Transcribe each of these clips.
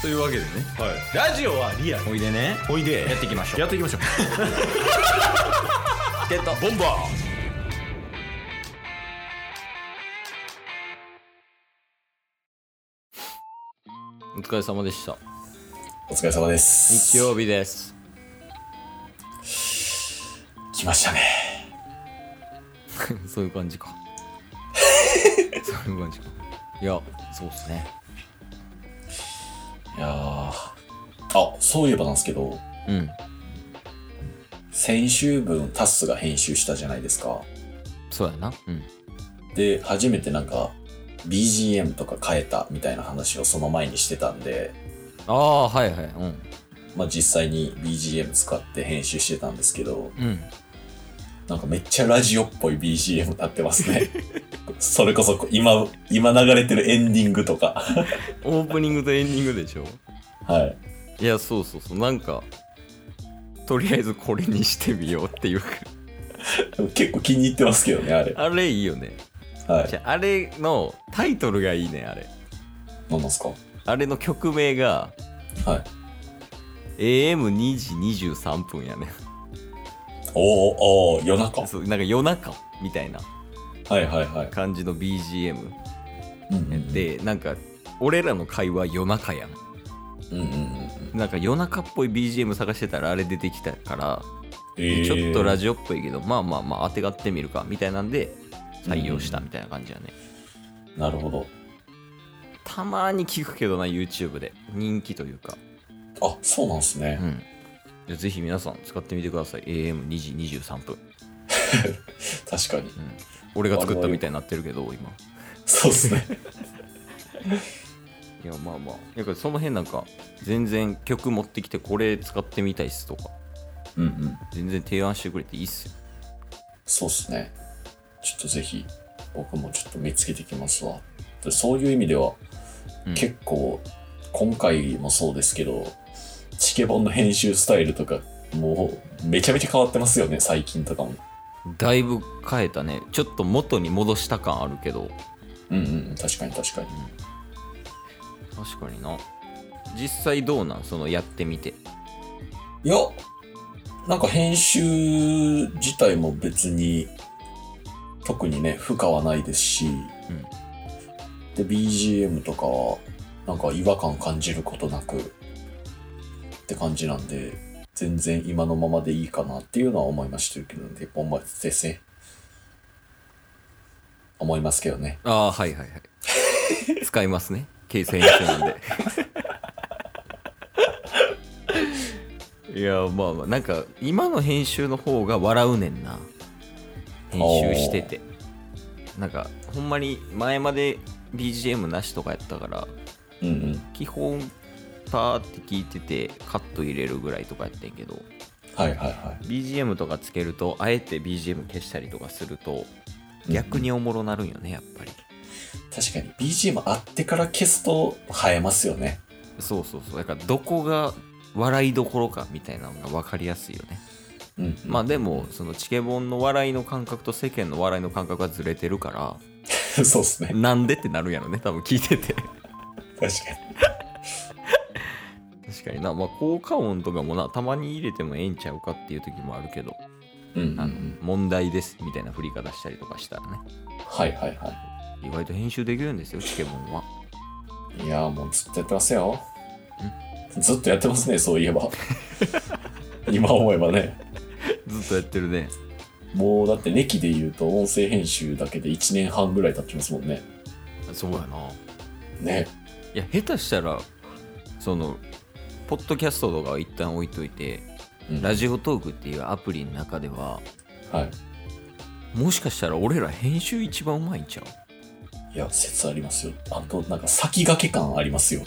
というわけでねはい、ラジオはリアルおいでねおいでやっていきましょうやっていきましょう ゲットボンバお疲れ様でしたお疲れ様です。日曜日です 来ましたね。そういう感じか そういう感じかいやそうっすねいやーあ、そういえばなんですけど、うん先週分タッスが編集したじゃないですか。そうやなうんで、初めてなんか、BGM とか変えたみたいな話をその前にしてたんで、ああはいはいうんまあ実際に BGM 使って編集してたんですけど、うんなんかめっちゃラジオっぽい BGM になってます ね。それこそ今、今流れてるエンディングとか。オープニングとエンディングでしょはい。いやそうそうそうなんかとりあえずこれにしてみようっていうか結構気に入ってますけどね、あれ。あれいいよねはいじ。ゃああれのタイトルがいいねあれ何なんですかあれの曲名がはい。 AM2 時23分やねおーおー、夜中。はそうなんか夜中みたいないはいはい。感じの BGM うんうんうん、でなんか俺らの会話夜中やんうんうんうん、なんか夜中っぽい BGM 探してたらあれ出てきたから、えーちょっとラジオっぽいけどまあまあまあ当てがってみるかみたいなんで採用したみたいな感じやね、なるほど。たまに聞くけどな YouTube で人気というかあ、そうなんですねう。んじゃあぜひ皆さん使ってみてください AM2 時23分確かに。俺が作ったみたいになってるけど今そうですね。いやまあまあだからその辺なんか全然曲持ってきてこれ使ってみたいっすとかうんうん。全然提案してくれていいっすよそうですね。ちょっとぜひ、僕もちょっと見つけてきますわ。でそういう意味では、うん結構、今回もそうですけど、チケボンの編集スタイルとか、もう、めちゃめちゃ変わってますよね、最近とかも。だいぶ変えたねちょっと元に戻した感あるけどうんうん、確かに確かに。確かにな実際どうなんそのやってみていや、なんか編集自体も別に特にね、負荷はないですし、んで、BGM とかはなんか違和感感じることなくって感じなんで、全然今のままでいいかなっていうのは思いましたけどね、ほんまですね。思いますけどね。ああはいはいはい使いますね形成編集なんでいやまあまあなんか今の編集の方が笑うねんな編集しててなんかほんまに前まで BGM なしとかやったからうんうん。基本パーって聞いててカット入れるぐらいとかやってんけどはいはいは BGM とかつけるとあえて BGM 消したりとかするとい。逆うん。におもろなるんよねやっぱり確かに BGM あってから消すと映えますよね。そうそうそうだからどこが笑いどころかみたいなのが分かりやすいよねうんうん。まあでもそのチケボンの笑いの感覚と世間の笑いの感覚がずれてるか そうですねら。なんでってなるんやろね多分聞いて て確か確かになまあ効果音とかもなたまに入れてもええんちゃうかっていう時もあるけどに。うん、うあのん。問題ですみたいな振り方したりとかしたらねはいはいは。意外と編集できるんですよチケボンはいいやーもうずっとやってますよ。ずっとやってますね、そういえば。 今思えばね。ずっとやってるねもうだって歴で言うと音声編集だけで1年半ぐらい経ってますもんね。そうやなね。いや下手したらそのポッドキャストとかは一旦置いといて、うんラジオトークっていうアプリの中でははい。もしかしたら俺ら編集一番うまいんちゃういや、説ありますよ。あと、なんか先駆け感ありますよ。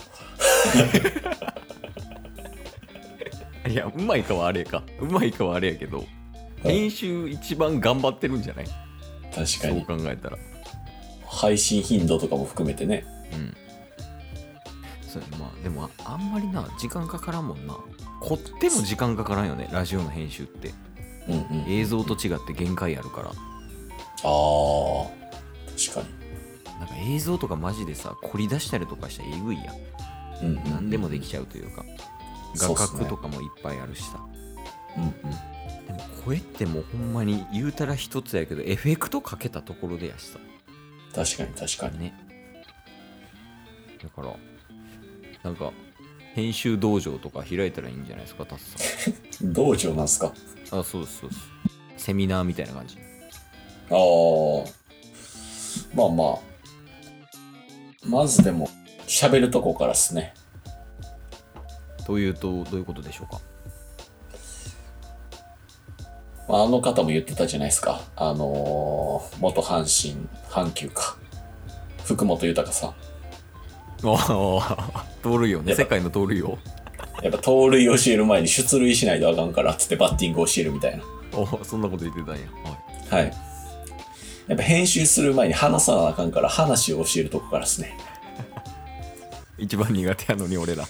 いやうまいかはあれかうまいかはあれやけどい編集一番頑張ってるんじゃない確かそうに。考えたら配信頻度とかも含めてね。うんそうやまあでもああんまりな時間かからんもんな凝っても時間かからんよねラジオの編集ってうんうん。映像と違って限界あるからあー。確かに。なんか映像とかマジでさ凝り出したりとかしたらえぐいやんうんうんうん何でもできちゃうというか、そう画っすね角とかもいっぱいあるしさうんうんでも声ってもうほんまに言うたら一つやけどエフェクトかけたところでやしさ確かに確かにねだからなんか編集道場とか開いたらいいんじゃないですかタス道場なんすかさん あそうですそうですセミナーみたいな感じああまあまあまずでも喋るとこからっすねというとどういうことでし ょうかまああの方も言ってたじゃないですかあのー元阪神阪急か福本豊さんああ盗塁王ねやっぱ世界の盗塁王やっぱ盗塁教える前に出塁しないとあかんからっつってバッティング教えるみたいなおそんなこと言ってたんや、はい、はいやっぱ編集する前に話さなあかんから話を教えるとこからっすね一番苦手やのに俺ら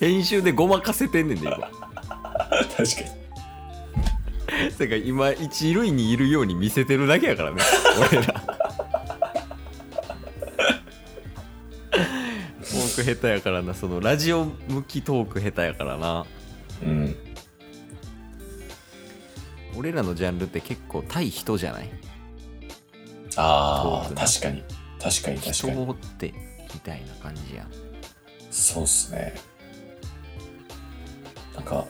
編集でごまかせてんねんで今確かにてか今一塁にいるように見せてるだけやからね俺らトーク下手やからなそのラジオ向きトーク下手やからなうん俺らのジャンルって結構対人じゃないあトークあね確かに確かに確人かにを追ってみたいな感じやそうっすねなんか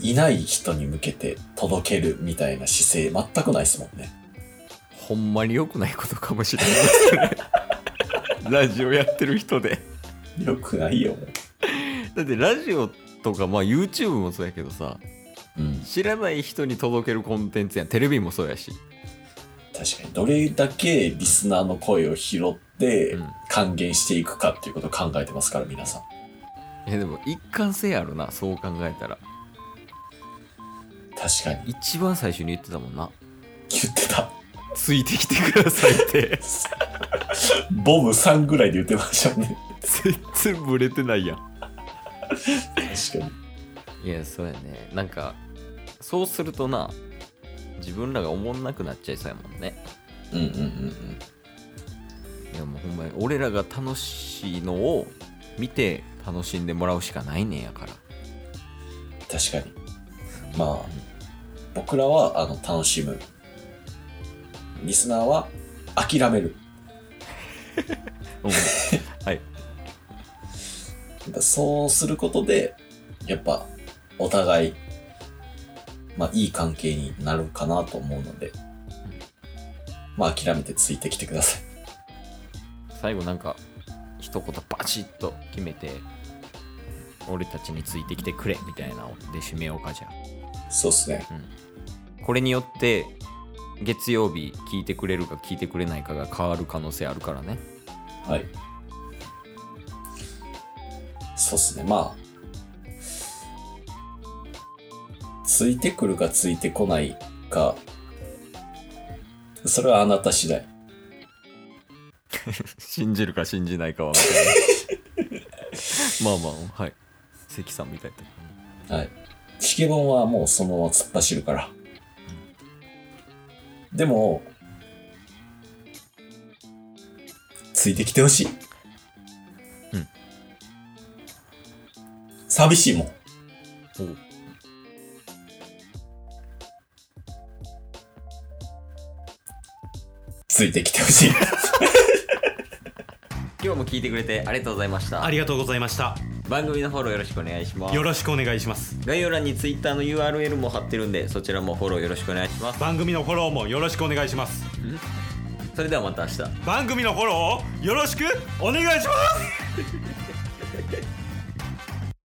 いない人に向けて届けるみたいな姿勢全くないっすもんねほんまに良くないことかもしれないですねラジオやってる人でよくないよもだってラジオとか、まあ、YouTube もそうやけどさう、うん、知らない人に届けるコンテンツやんテレビもそうやし、確かにどれだけリスナーの声を拾ってうん還元していくかっていうことを考えてますから皆さんえでも一貫性あるなそう考えたら確かに一番最初に言ってたもんな言ってたついてきてくださいって ボム3ぐらいで言ってましたね全然ブレてないやん確かにいやそうやねなんかそうするとな自分らが思んなくなっちゃいそうやもんねうんうんうんいやもうほんまに俺らが楽しいのを見て楽しんでもらうしかないねんや からうん確かにまあ僕らはあの楽しむリスナーは諦めるうんはやいっぱそうすることでやっぱお互いまあいい関係になるかなと思うのでまあ諦めてついてきてください 最後なんか一言バチッと決めて俺たちについてきてくれみたいなので締めようかじゃそうっすねあ、うん、これによって月曜日聞いてくれるか聞いてくれないかが変わる可能性あるからねはいそうっすねまあついてくるかついてこないかそれはあなた次第 信じるか信じないかは まあまあはい関さんみたいなはい。チケボンはもうそのまま突っ走るから。でも、ついてきてほしい。うん。寂しいもん。ついてきてほしい。今日も聞いてくれてありがとうございましたありがとうございました番組のフォローよろしくお願いしますよろしくお願いします概要欄に Twitter の URL も貼ってるんでそちらもフォローよろしくお願いします番組のフォローもよろしくお願いしますそれではまた明日番組のフォローをよろしくお願いします